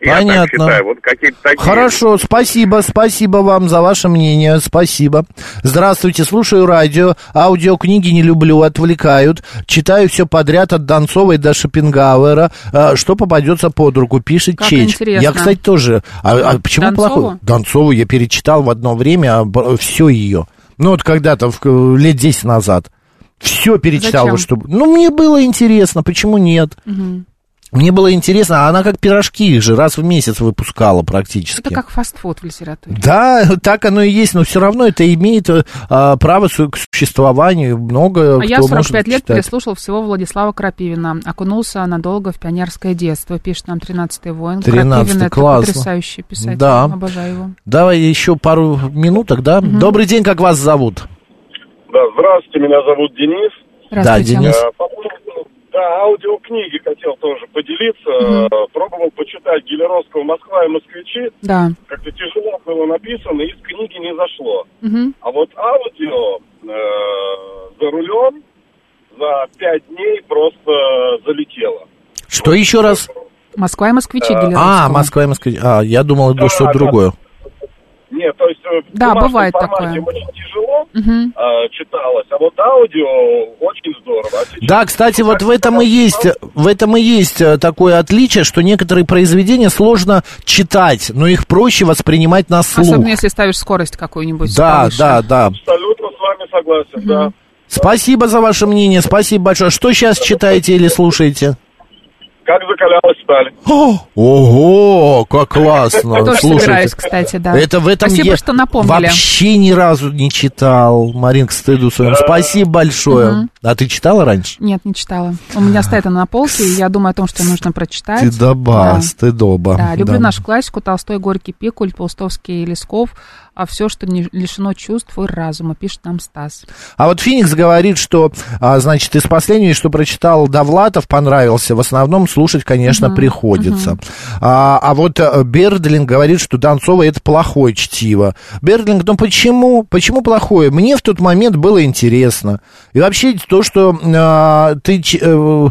K: Я
A: Понятно.
K: так считаю. Вот какие-то такие.
A: Хорошо, спасибо, спасибо вам за ваше мнение, спасибо. Здравствуйте, слушаю радио, аудиокниги не люблю, отвлекают, читаю все подряд от Донцовой до Шопенгауэра, Э, что попадется под руку, пишет
B: Как
A: Чеч.
B: интересно.
A: Я, кстати, тоже. А, а почему
B: Донцову?
A: плохо? Донцову я перечитал в одно время а, все ее. Ну вот когда-то в- э, лет 10 назад. Все перечитал,
B: Зачем?
A: вот чтобы. Ну, мне было интересно, почему нет?
B: Мгм.
A: Мне было интересно, а она как пирожки их же раз в месяц выпускала практически.
B: Это как фастфуд в литературе.
A: Да, так оно и есть, но все равно это имеет э, а, право су- к существованию.
B: А
A: Много Ну, кто
B: я в 45
A: может
B: лет
A: читать.
B: переслушал всего Владислава Крапивина. Окунулся надолго в пионерское детство. Пишет нам 13-й воин.
A: 13-й,
B: Крапивин
A: классно.
B: это потрясающий писатель.
A: Да.
B: Обожаю его.
A: Давай еще пару минуток, да? Добрый день, как вас зовут?
L: Да, здравствуйте, меня зовут Денис.
A: Здравствуйте. Да, Денис.
L: Э, по поводу- да, аудиокниги хотел тоже поделиться. Э, Пробовал почитать Гелеровского «Москва и москвичи».
B: Да.
L: Как-то тяжело было написано, из книги не зашло.
B: Мгм.
L: А вот аудио э, за рулем за пять дней просто залетело.
A: Что еще раз?
B: Москва и москвичи Гелеровского.
A: А, Москва и Москва. А, я думал, это что-то другое.
L: Нет, то есть э, в
B: Да,
L: бумажном
B: бывает
L: формате
B: такое.
L: очень тяжело
B: Мгм.
L: э, читалось, а вот аудио очень здорово. А сейчас
A: Да, кстати, вот в этом и есть, в этом и есть э, такое отличие, что некоторые произведения сложно читать, но их проще воспринимать на слух.
B: Особенно если ставишь скорость какую-нибудь.
A: Да,
B: повыше.
A: да, да.
L: абсолютно с вами согласен, да.
A: Спасибо за ваше мнение, спасибо большое. Что сейчас читаете или слушаете?
L: Как закалялась сталь.
A: Ого, как классно.
B: Тоже
A: Слушайте,
B: собираюсь, кстати, да.
A: Это в этом
B: Спасибо,
A: я
B: что напомнили.
A: вообще ни разу не читал, Марин, к стыду своему. Спасибо большое.
B: Мгм.
A: А ты читала раньше?
B: Нет, не читала. У
A: А.
B: меня стоит она на полке, и я думаю о том, что нужно прочитать.
A: Стыдоба,
B: Да.
A: стыдоба.
B: Да, люблю
A: Да.
B: нашу классику Толстой, Горький, Пикуль, Паустовский, Лесков. а все, что не лишено чувств и разума, пишет нам Стас.
A: А вот Феникс говорит, что, а, значит, из последнего, что прочитал Довлатов, понравился. В основном слушать, конечно,
B: Мгм,
A: приходится.
B: мгм.
A: А, а вот э, Бердлин говорит, что Донцова это плохое чтиво. Бердлинг, ну почему? Почему плохое? Мне в тот момент было интересно. И вообще то, что а, ты ч- э,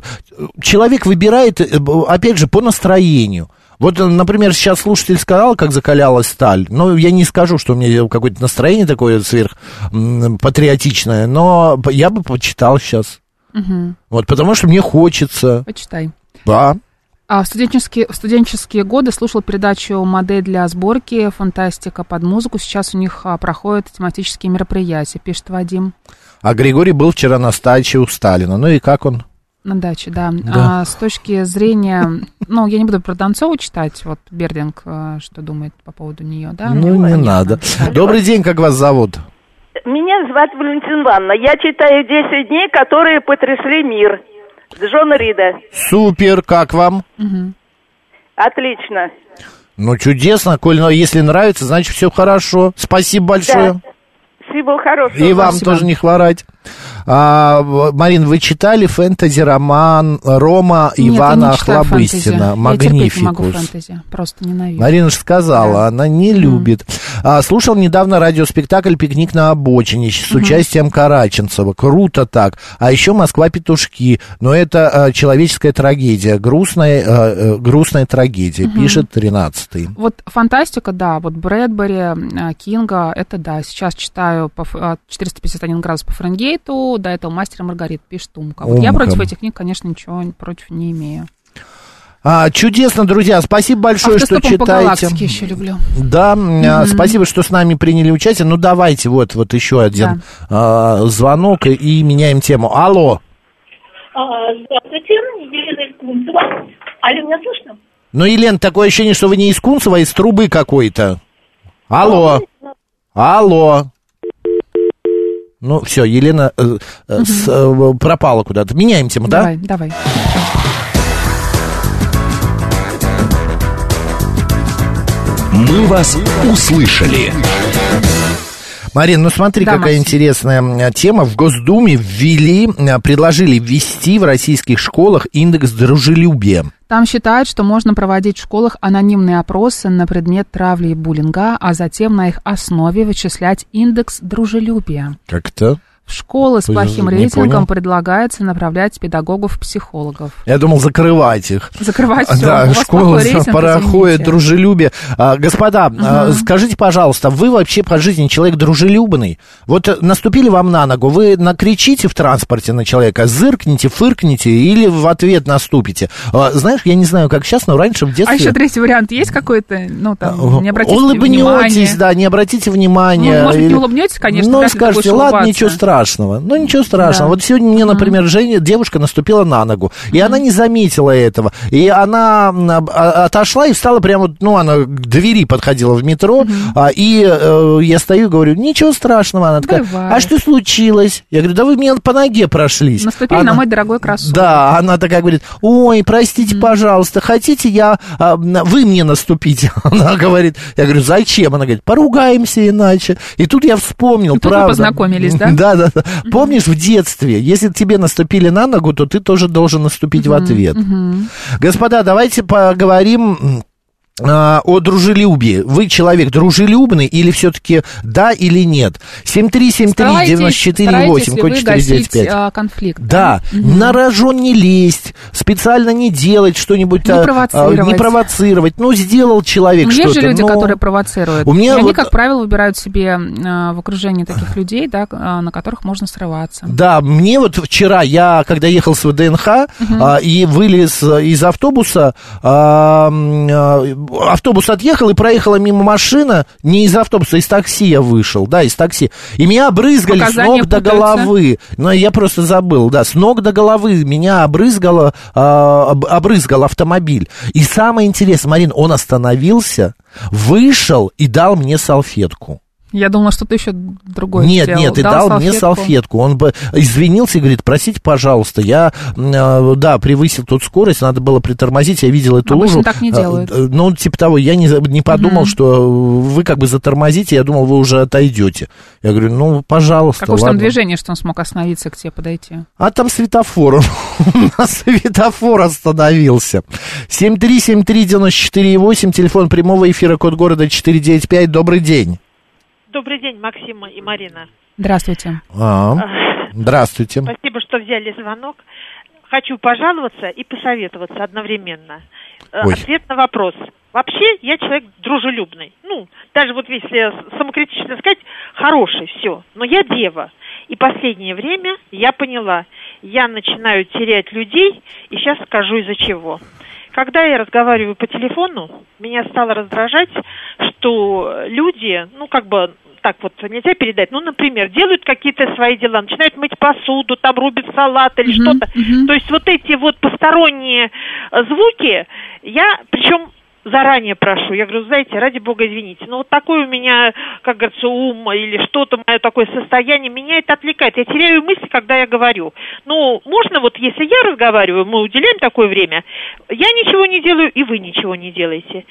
A: человек выбирает, э, б- опять же, по настроению. Вот, э, например, сейчас слушатель сказал, как закалялась сталь. Ну, я не скажу, что у меня какое-то настроение такое сверх м, патриотичное, но п- я бы почитал сейчас.
B: Мгм.
A: Вот, потому что мне хочется.
B: Почитай.
A: Да.
B: А в студенческие, в студенческие годы слушал передачу «Модель для сборки», «Фантастика под музыку». Сейчас у них а, проходят тематические мероприятия, пишет Вадим.
A: А Григорий был вчера на стаче у Сталина. Ну и как он?
B: На даче, да.
A: Да.
B: А с точки зрения... Ну, я не буду про Донцову читать, вот Бердинг а, что думает по поводу нее, да?
A: ну, не надо. Добрый день, как вас зовут?
M: Меня зовут Валентина Ивановна. Я читаю «10 дней, которые потрясли мир». Джона Рида.
A: Супер, как вам?
M: Отлично.
A: Ну, чудесно, коль, но если нравится, значит, все хорошо. Спасибо большое.
M: Да. Всего хорошего.
A: И вам тоже не хворать. А, в- Марин, вы читали фэнтези-роман Рома
B: Нет, я не
A: Ивана
B: читаю фэнтези.
A: Охлобыстина
B: Я терпеть не могу
A: «Магнификус».
B: фэнтези, просто ненавижу.
A: Марина же сказала, она не любит. А, слушал недавно радиоспектакль «Пикник на обочине» с
B: Мгм.
A: участием Караченцева. Круто так. А еще «Москва-петушки». Но это э, человеческая трагедия. Грустная, э, э, грустная трагедия,
B: Мгм.
A: пишет 13-й.
B: Вот фантастика, да, вот Брэдбери, э, Кинга, это да. Сейчас читаю по, Ф- а, 451 градус по Фаренгейту, до этого мастер и Маргарит пишет Умка. Вот я
A: Умка.
B: против этих книг, конечно, ничего н- против не имею.
A: А, чудесно, друзья. Спасибо большое, что
B: Автостопом по
A: читаете.
B: галактике еще люблю.
A: Да, а,
B: Мгм.
A: спасибо, что с нами приняли участие. Ну, давайте вот, вот еще один а, звонок и, и меняем тему. Алло.
N: А, Здравствуйте, Елена Иркунцева. Алло, меня слышно?
A: Ну, Елен, такое ощущение, что вы не из Кунцева, а из трубы какой-то. Алло. Алло. Ну, все, Елена э, э, с- э, пропала куда-то. Меняем тему, да?
B: Давай, давай.
C: «Мы вас услышали».
A: Марин, ну смотри,
C: Да,
A: какая
C: Максим.
A: интересная м, тема. В Госдуме ввели, м, предложили ввести в российских школах индекс дружелюбия.
B: Там считают, что можно проводить в школах анонимные опросы на предмет травли и буллинга, а затем на их основе вычислять индекс дружелюбия.
A: Как-то?
B: В школы с
A: Ой,
B: плохим
A: не
B: рейтингом
A: понял.
B: предлагается направлять педагогов-психологов.
A: Я думал закрывать их.
B: Закрывать
A: А,
B: всё. У
A: Да,
B: вас
A: школа,
B: плохой рейтинг,
A: пароходит,
B: извините.
A: дружелюбие. А, господа, а,
B: Мгм.
A: скажите, пожалуйста, вы вообще по жизни человек дружелюбный? Вот э, наступили вам на ногу, вы накричите в транспорте на человека, зыркните, фыркните или в ответ наступите. А, знаешь, я не знаю, как сейчас, но раньше в детстве...
B: А еще третий вариант есть какой-то? Ну,
A: А,
B: там, не обратите
A: Э, Улыбнетесь,
B: внимания.
A: да, не обратите внимания.
B: Ну, может быть, не
A: Или-
B: улыбнетесь, конечно,
A: Но
B: вряд ли ты
A: скажете,
B: будешь
A: ладно,
B: улыбаться».
A: ничего страшного. Ну, ничего страшного.
B: Да.
A: Вот сегодня мне, например, Женя, девушка наступила на ногу. И она не заметила этого. И она м, а- отошла и встала прямо, вот, ну, она к двери подходила в метро. а, И э, я стою и говорю, ничего страшного. Она такая,
B: Бывает.
A: а что случилось? Я говорю, да вы меня по ноге прошлись.
B: Наступили
A: Она-
B: на мой дорогой кроссовок.
A: да, она такая говорит, ой, простите, пожалуйста, хотите я, а, на- вы мне наступите? Она говорит, я говорю, зачем? Она говорит, поругаемся иначе. И тут я вспомнил,
B: тут вы
A: правда.
B: познакомились, да?
A: Да, да, да. Помнишь, в детстве, если тебе наступили на ногу, то ты тоже должен наступить в ответ. Господа, давайте поговорим м, а, о дружелюбии. Вы человек дружелюбный или все-таки да или нет?
B: старайтесь
A: 7373948, код
B: ли вы гасить
A: 495.
B: э, конфликт.
A: Да, на рожон не лезть, специально не делать что-нибудь,
B: Не
A: а, а, не
B: провоцировать.
A: провоцировать. Ну, сделал человек
B: Ну,
A: что-то.
B: есть же люди,
A: ну,
B: которые провоцируют.
A: У меня
B: и они,
A: вот-
B: как правило, выбирают себе э, в окружении таких людей, да, к- э, на которых можно срываться.
A: Да, мне вот вчера, я когда ехал с ВДНХ а, и вылез э, из автобуса, а, м, а, автобус отъехал и проехала мимо машина, не из автобуса, а из такси я вышел, да, из такси. И меня обрызгали с
B: Показания
A: ног до
B: путаются.
A: головы. Но я просто забыл, да, с ног до головы меня обрызгало, а, об- обрызгал автомобиль. И самое интересное, Марин, он остановился, вышел и дал мне салфетку.
B: Я думала, что ты еще другое
A: нет,
B: сделал.
A: нет, ты дал, мне салфетку. Он бы извинился и говорит, простите, пожалуйста, я, э, да, превысил тут скорость, надо было притормозить, я видел эту
B: Обычно
A: лужу.
B: так не делают.
A: Э, э, Ну, типа того, я не, за- не подумал,
B: Мгм.
A: что вы как бы затормозите, я думал, вы уже отойдете. Я говорю, ну, пожалуйста,
B: Какое же там
A: ладно».
B: движение, что он смог остановиться и к тебе подойти?
A: А там светофор. Он на светофор остановился. 7373948, телефон прямого эфира, код города 495. Добрый день.
O: Добрый день, Максима и Марина.
B: Здравствуйте.
A: А, здравствуйте.
O: Спасибо, что взяли звонок. Хочу пожаловаться и посоветоваться одновременно. Э,
A: Ой.
O: Ответ на вопрос. Вообще я человек дружелюбный. Ну, даже вот если самокритично сказать, хороший, все. Но я дева. И последнее время я поняла, я начинаю терять людей, и сейчас скажу из-за чего. Когда я разговариваю по телефону, меня стало раздражать, что люди, ну, как бы так вот нельзя передать, ну, например, делают какие-то свои дела, начинают мыть посуду, там рубят салат или что-то. То есть вот эти вот посторонние э, звуки, я, причем заранее прошу, я говорю, знаете, ради бога, извините, но вот такой у меня, как говорится, ум или что-то, мое такое состояние, меня это отвлекает, я теряю мысли, когда я говорю. Ну, можно вот, если я разговариваю, мы уделяем такое время, я ничего не делаю, и вы ничего не делаете.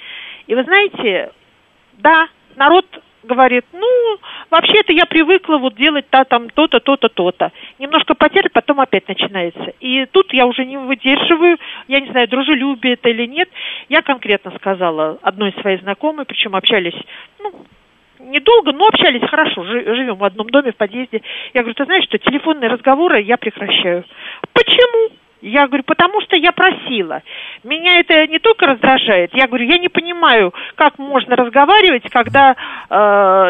O: И вы знаете, да, народ говорит, ну, вообще-то я привыкла вот делать та, там то-то, то-то, то-то. Немножко потерь, потом опять начинается. И тут я уже не выдерживаю, я не знаю, дружелюбие это или нет. Я конкретно сказала одной своей знакомой, причем общались, ну, недолго, но общались хорошо, жи- живем в одном доме, в подъезде. Я говорю, ты знаешь, что телефонные разговоры я прекращаю. Почему? Я говорю, потому что я просила. Меня это не только раздражает, я говорю, я не понимаю, как можно разговаривать, когда э,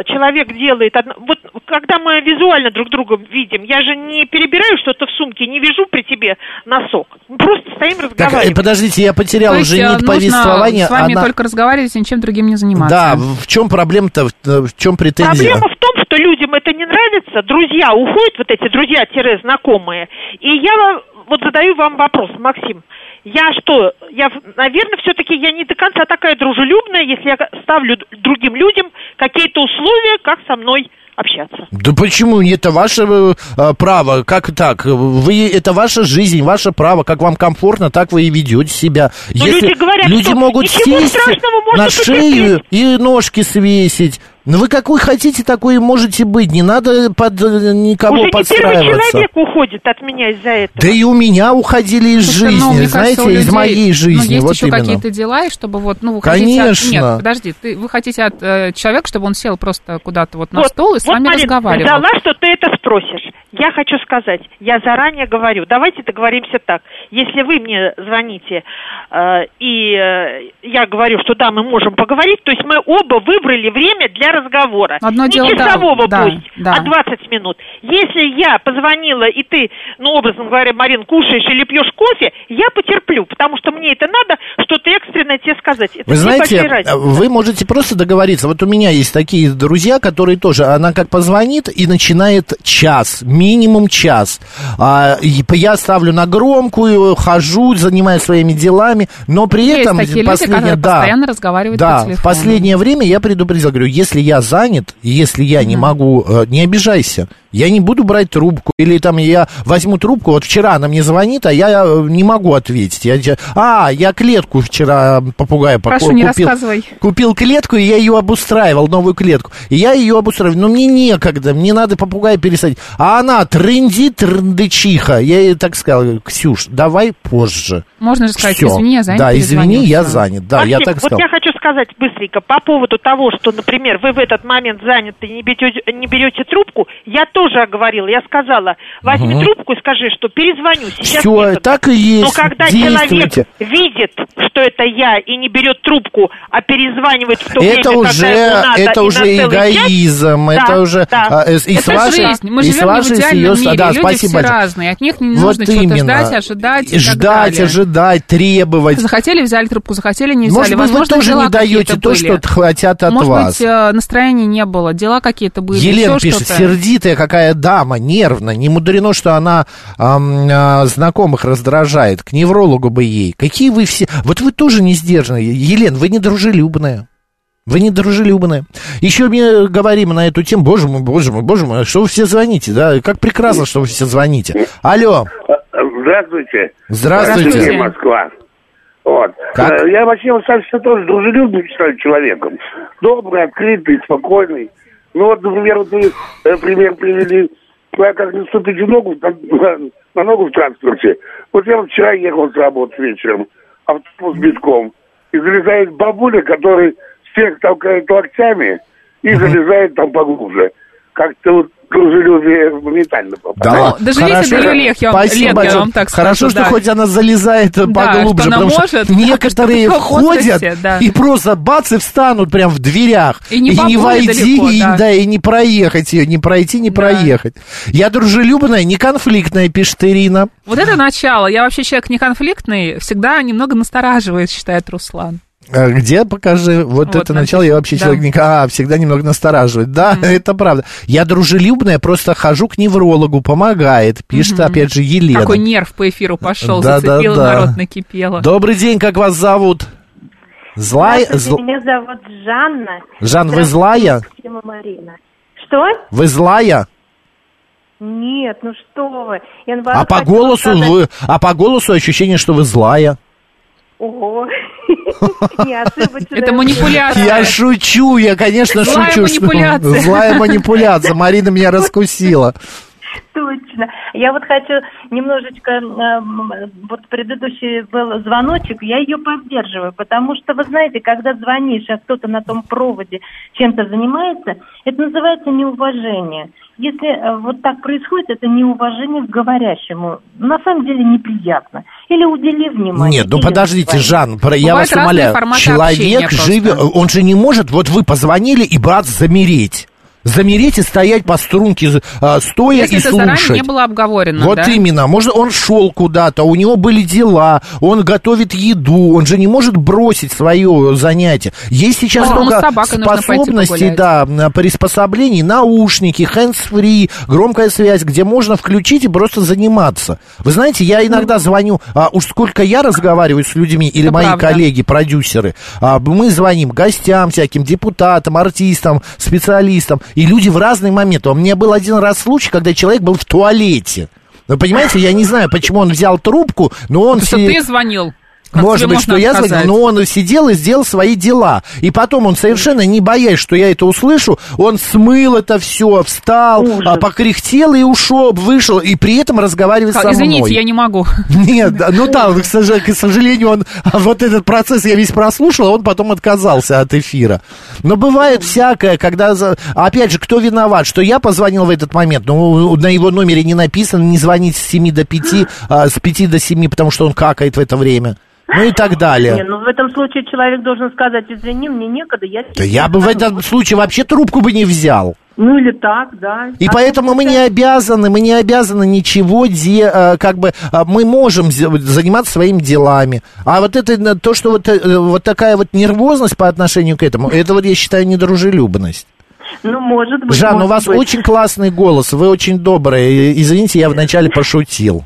O: человек делает... одно- Вот когда мы визуально друг друга видим, я же не перебираю что-то в сумке, не вяжу при тебе носок. Мы Просто стоим,
A: Так, э,
O: разговариваем.
A: подождите, я потерял
B: То есть,
A: уже
B: э,
A: нить
B: нужно
A: повествования.
B: с вами
A: она-
B: только разговаривать и ничем другим не заниматься.
A: Да, в чем проблема-то, в- э, в чем претензия?
O: Проблема в том, что людям это не нравится, друзья уходят, вот эти друзья-знакомые. И я вам- вот задаю вам вопрос, Максим. Я что, я, наверное, все-таки я не до конца такая дружелюбная, если я ставлю д- другим людям какие-то условия, как со мной общаться.
A: Да почему? Это ваше э, право. Как так? Вы это ваша жизнь, ваше право. Как вам комфортно, так вы и ведете себя.
B: Ну,
O: Но люди говорят,
A: люди
O: что
A: могут
O: ничего
A: сесть
O: страшного, можно
A: на шею и ножки свесить. Ну вы какой хотите, такой и можете быть. Не надо под э, никого
O: Уже не первый
A: подстраиваться.
O: человек уходит от меня из-за этого.
A: да и у меня уходили из
B: Слушай,
A: жизни,
B: ну, мне
A: знаете,
B: кажется, у
A: из
B: людей,
A: моей жизни.
B: Ну, есть
A: вот
B: еще
A: именно.
B: какие-то дела, и чтобы вот, ну, вы хотите...
A: Конечно.
B: От... Нет, подожди, ты, вы хотите от э, человека, чтобы он сел просто куда-то вот на
O: Вот,
B: стол и с
O: вот,
B: вами
O: Марин,
B: разговаривал.
O: ждала, что ты это спросишь. Я хочу сказать, я заранее говорю, давайте договоримся так. Если вы мне звоните, э, и э, я говорю, что да, мы можем поговорить, то есть мы оба выбрали время для разговора.
B: Одно
O: Не
B: дело, да,
O: Ну, часового
B: да,
O: пусть,
B: Ну да.
O: а 20 минут. Если я позвонила, и ты, ну, образно говоря, Марин, кушаешь или пьешь кофе, я потерплю, потому что мне это надо что-то экстренное тебе сказать. Это
A: Вы знаете, э,
O: небольшая разница.
A: вы можете просто договориться. Вот у меня есть такие друзья, которые тоже, она как позвонит и начинает час, минимум час. А, и п- я ставлю на громкую, хожу, занимаюсь своими делами, но при
B: Есть
A: этом
B: такие люди,
A: последнее,
B: которые
A: да,
B: постоянно разговаривают
A: да,
B: по телефону.
A: в последнее время я предупредил, говорю, если я занят, если я не могу, э, не обижайся, я не буду брать трубку, или там я возьму трубку, вот вчера она мне звонит, а я э, не могу ответить. Я, те- а, я клетку вчера попугая поко-
B: Прошу, не
A: купил.
B: рассказывай.
A: Купил клетку, и я ее обустраивал, новую клетку. И я ее обустраивал. Но мне некогда, мне надо попугая пересадить. А она трындит, трындычиха. Я ей так сказал, говорю, Ксюш, давай позже.
B: Можно же сказать,
A: Всё.
B: извини, я занят,
A: Да,
B: перезвоню,
A: извини, я
B: всё.
A: занят. Да, А, я
O: Максим,
A: так сказал.
O: Вот я хочу сказать быстренько по поводу того, что, например, вы в этот момент заняты, не берете, не берете трубку, я тоже оговорила, я сказала, возьми
A: Мгм.
O: трубку и скажи, что перезвоню. Сейчас
A: Всё,
O: некогда.
A: так и есть,
O: Но когда человек
A: действуйте.
O: видит, что это я, и не берет трубку, а перезванивает в то время,
A: это
O: когда
A: уже,
O: ему надо,
A: это
O: и на целый
A: уже
O: час,
A: эгоизм,
O: да,
A: это уже
O: да.
A: а, э, и с
B: Это
A: вашей,
B: жизнь. Мы
A: и с
B: живем не в
A: вашей, с
B: идеальном
A: ее-
B: мире.
A: да,
B: Люди
A: спасибо
B: все
A: большое.
B: разные. От них не
A: Вот
B: нужно чего-то
A: именно.
B: ждать, ожидать и так
A: ждать,
B: далее.
A: ожидать, требовать.
B: Захотели, взяли трубку, захотели, не взяли.
A: Может быть,
B: Возможно,
A: вы тоже
B: дела
A: не даете
B: какие-то
A: то,
B: были.
A: что т- хотят от
B: Может
A: вас.
B: быть, э, настроения не было, дела какие-то были,
A: Елена
B: еще
A: пишет,
B: что-то.
A: сердитая какая дама, нервно. Не мудрено, что она ам, а, знакомых раздражает. К неврологу бы ей. Какие вы все... Вот вы тоже не сдержанные. Елен, вы недружелюбная. Вы не дружелюбны. Еще мы говорим на эту тему, боже мой, боже мой, боже мой, что вы все звоните, да? Как прекрасно, что вы все звоните. Алло,
K: Здравствуйте.
A: Здравствуйте.
K: Москва. Вот.
A: Как?
K: Э, Я вообще вот сам себя тоже дружелюбным считаю человеком. Добрый, открытый, спокойный. Ну вот, например, вот вы э, пример привели. Ну, Я как не ступите ногу на, на- на ногу в транспорте. Вот я вот вчера ехал с работы вечером, автобус битком. И залезает бабуля, который всех толкает локтями и залезает там поглубже. Как-то вот дружелюбие моментально попадает.
A: Да,
B: Ну, доживите
A: хорошо.
B: до юлех, я вам-
A: Спасибо
B: лет, я
A: большое.
B: вам так
A: Хорошо,
B: скажу,
A: что
B: да.
A: хоть она залезает э,
B: Да,
A: поглубже,
B: что она
A: потому
B: может,
A: что
B: да,
A: некоторые
B: что хостесе,
A: ходят
B: да.
A: и просто бац и встанут прям в дверях.
B: И не бабуля
A: войти,
B: далеко,
A: и,
B: да.
A: и не проехать ее, не пройти, не проехать. Я дружелюбная, не конфликтная, пишет Ирина.
B: Вот это начало. Я вообще человек не конфликтный, всегда немного настораживает, считает Руслан.
A: Э, Где, покажи, вот,
B: Вот
A: это
B: написано,
A: начало, я вообще
B: да.
A: человек не- а, всегда немного настораживает. Да, это правда. Я дружелюбная, просто хожу к неврологу, помогает, пишет опять же Елена.
B: Какой нерв по эфиру пошел,
A: Да, да,
B: зацепил,
A: да.
B: народ накипело.
A: Добрый день, как вас зовут? Злая?
O: Здравствуйте,
A: зл-
O: Меня зовут Жанна.
A: Жан, вы злая?
O: Здравствуйте, Марина. Что?
A: Вы злая?
O: Нет, ну что вы. Я наоборот
A: А по
O: хотела
A: голосу
O: сказать-
A: вы, а по голосу ощущение, что вы злая.
O: Ого. Не, ошибочно.
B: Это манипуляция.
A: Я шучу, я, конечно,
O: Злая
A: шучу. что-
O: манипуляция.
A: Злая манипуляция. Марина меня раскусила.
O: Точно. Я вот хочу немножечко, эм, вот предыдущий был звоночек, я ее поддерживаю, потому что, вы знаете, когда звонишь, а кто-то на том проводе чем-то занимается, это называется неуважение. Если э, вот так происходит, это неуважение к говорящему. На самом деле неприятно. Или удели внимание.
A: Нет, ну
O: или
A: подождите,
O: позвони.
A: Жан, про- я
O: Бывают
A: вас
O: разные
A: умоляю.
O: форматы общения
A: Человек
O: просто.
A: живет, он же не может, вот вы позвонили и бац, замереть. Замереть и стоять по струнке, э, стоя
B: Если
A: и
B: это
A: слушать.
B: заранее не было обговорено,
A: Вот
B: да?
A: именно. Может, он шел куда-то, у него были дела, он готовит еду, он же не может бросить свое занятие. Есть сейчас
B: Поэтому с
A: много
B: собакой Ну, нужно пойти
A: способностей,
B: погулять.
A: да, на- приспособлений, наушники, hands-free, громкая связь, где можно включить и просто заниматься. Вы знаете, я
B: Ну,
A: иногда звоню, а уж сколько я разговариваю с людьми или мои
P: правда.
A: коллеги, продюсеры, а, мы звоним гостям всяким, депутатам, артистам, специалистам, и люди в разные моменты. У меня был один раз случай, когда человек был в туалете. Вы понимаете, я не знаю, почему он взял трубку, но он...
B: Потому что
A: си-
B: ты звонил. Как
A: может
B: тебе
A: быть,
B: можно
A: что я
B: отказать?
A: звонил, но он сидел и сделал свои дела. И потом он совершенно не боясь, что я это услышу, он смыл это все, встал, а, покряхтел и ушел, вышел, и при этом разговаривает
B: Сказал,
A: со мной.
B: Извините, я не могу.
A: Нет, да, ну да, к сожа- к сожалению, он а вот этот процесс я весь прослушал, а он потом отказался от эфира. Но бывает всякое, когда... за- Опять же, кто виноват, что я позвонил в этот момент, ну, на его номере не написано, не звонить с 7 до 5, а, с 5 до 7, потому что он какает в это время. Ну и так
O: Не,
A: далее.
O: ну в этом случае человек должен сказать, извини, мне некогда, я...
A: Да я бы в этом случае вообще трубку бы не взял.
O: Ну или так, да.
A: И
O: А
A: поэтому мы не обязаны, мы не обязаны ничего, где э, как бы э, мы можем зе- заниматься своими делами. А вот это э, то, что вот, э, вот такая вот нервозность по отношению к этому, это вот я считаю недружелюбность.
O: Ну, может быть.
A: Жан, у
O: может
A: вас
O: быть.
A: очень классный голос, вы очень добрая. И- Извините, я вначале пошутил.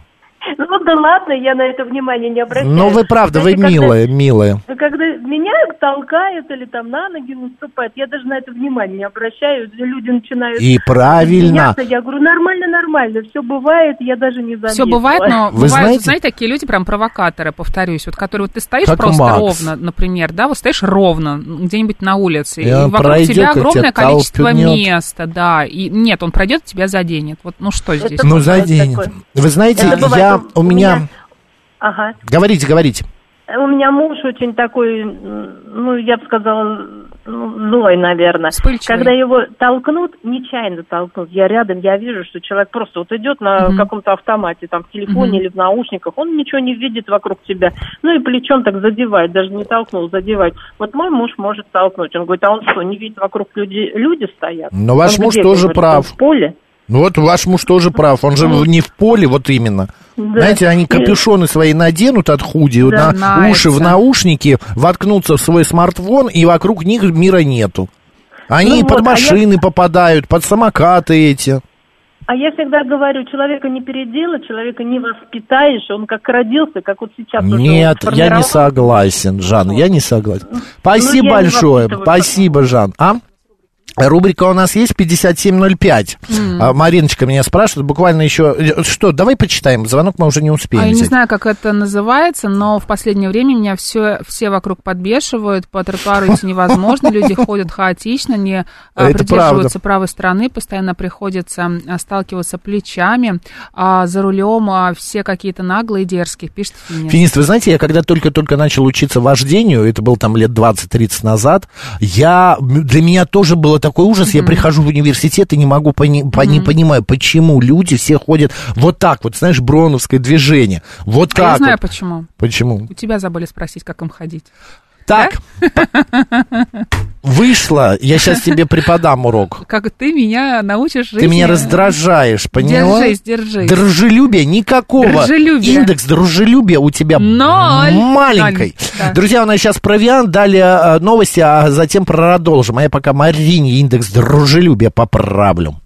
O: Ну, да ладно, я на это внимание не обращаю.
A: Но Ну, вы правда, вы
O: Знаете, когда-
A: милая, милая.
O: Да Когда меня толкают или там на ноги наступают, я даже на это внимание не обращаю. Люди начинают...
A: И правильно.
O: извиняться. Я говорю, нормально, нормально, все бывает, я даже не заметила.
B: Все бывает, но
A: Вы
B: бывают, знаете?
A: знаете-
B: такие люди прям провокаторы, повторюсь, вот которые вот ты стоишь
A: Как
B: просто
A: Макс.
B: ровно, например, да, вот стоишь ровно где-нибудь на улице, и,
A: И он
B: вокруг
A: пройдет,
B: тебя
A: как
B: огромное
A: тебя
B: количество
A: толпнет.
B: места, да, и нет, он пройдет, тебя заденет. Вот, ну что здесь?
A: Ну, за день. Вы знаете,
O: Это бывает.
A: я у
O: У меня-
A: меня...
O: Ага.
A: Говорите, говорите.
O: У меня муж очень такой, м, ну, я бы сказала, ну, злой, наверное. Когда его толкнут, нечаянно толкнут, я рядом, я вижу, что человек просто вот идет на
Q: Мгм.
O: каком-то автомате, там, в телефоне
Q: Мгм.
O: или в наушниках, он ничего не видит вокруг тебя. Ну, и плечом так задевает, даже не толкнул, задевает. Вот мой муж может толкнуть. Он говорит, а он что, не видит вокруг люди, люди стоят?
A: Но ваш
O: Он
A: муж
O: где,
A: тоже
O: говорит,
A: прав.
O: он В поле?
A: Ну вот ваш муж тоже прав, он же
O: Ну.
A: не в поле, вот именно.
O: Да.
A: Знаете, они капюшоны свои наденут от худи,
O: Да,
A: на уши в
O: нравится.
A: наушники, воткнутся в свой смартфон, и вокруг них мира нету. Они
O: Ну
A: под
O: вот, а я-
A: машины попадают, под самокаты эти.
R: А я всегда говорю, человека не переделать, человека не воспитаешь, он как родился, как вот сейчас. уже он
A: Нет, я не
R: сформировался.
A: согласен, Жан, я не согласен.
O: Ну,
A: Спасибо
R: я не
A: большое,
R: воспитываю.
A: спасибо, Жан. А? Рубрика у нас есть 5705.
B: М.
A: А, Мариночка меня спрашивает, буквально еще... э, Что, давай почитаем, звонок мы уже не успеем
B: А я не
A: взять.
B: знаю, как это называется, но в последнее время меня все, все вокруг подбешивают, по тротуару идти невозможно, люди ходят хаотично, не а,
A: Это
B: придерживаются
A: правда.
B: правой стороны, постоянно приходится а, сталкиваться плечами, а за рулем а, все какие-то наглые и дерзкие, пишет Финист.
A: Финист, вы знаете, я когда только-только начал учиться вождению, это было там лет 20-30 назад, я, м, для меня тоже было такой ужас, я прихожу в университет и не могу, пони- по- не понимаю, почему люди все ходят вот так вот, знаешь, броновское движение, вот
B: А
A: так
B: я знаю
A: вот.
B: почему.
A: Почему?
B: У тебя забыли спросить, как им ходить.
A: Так, вышла, я сейчас тебе преподам урок.
B: Как ты меня научишь жить.
A: Ты меня раздражаешь, поняла?
B: Держись, держись.
A: Дружелюбия никакого.
B: Дружелюбие.
A: Индекс дружелюбия у тебя
B: Ноль.
A: маленький.
B: Ноль, да.
A: Друзья, у нас сейчас провиант, далее э, новости, а затем продолжим. А я пока Марине индекс дружелюбия поправлю.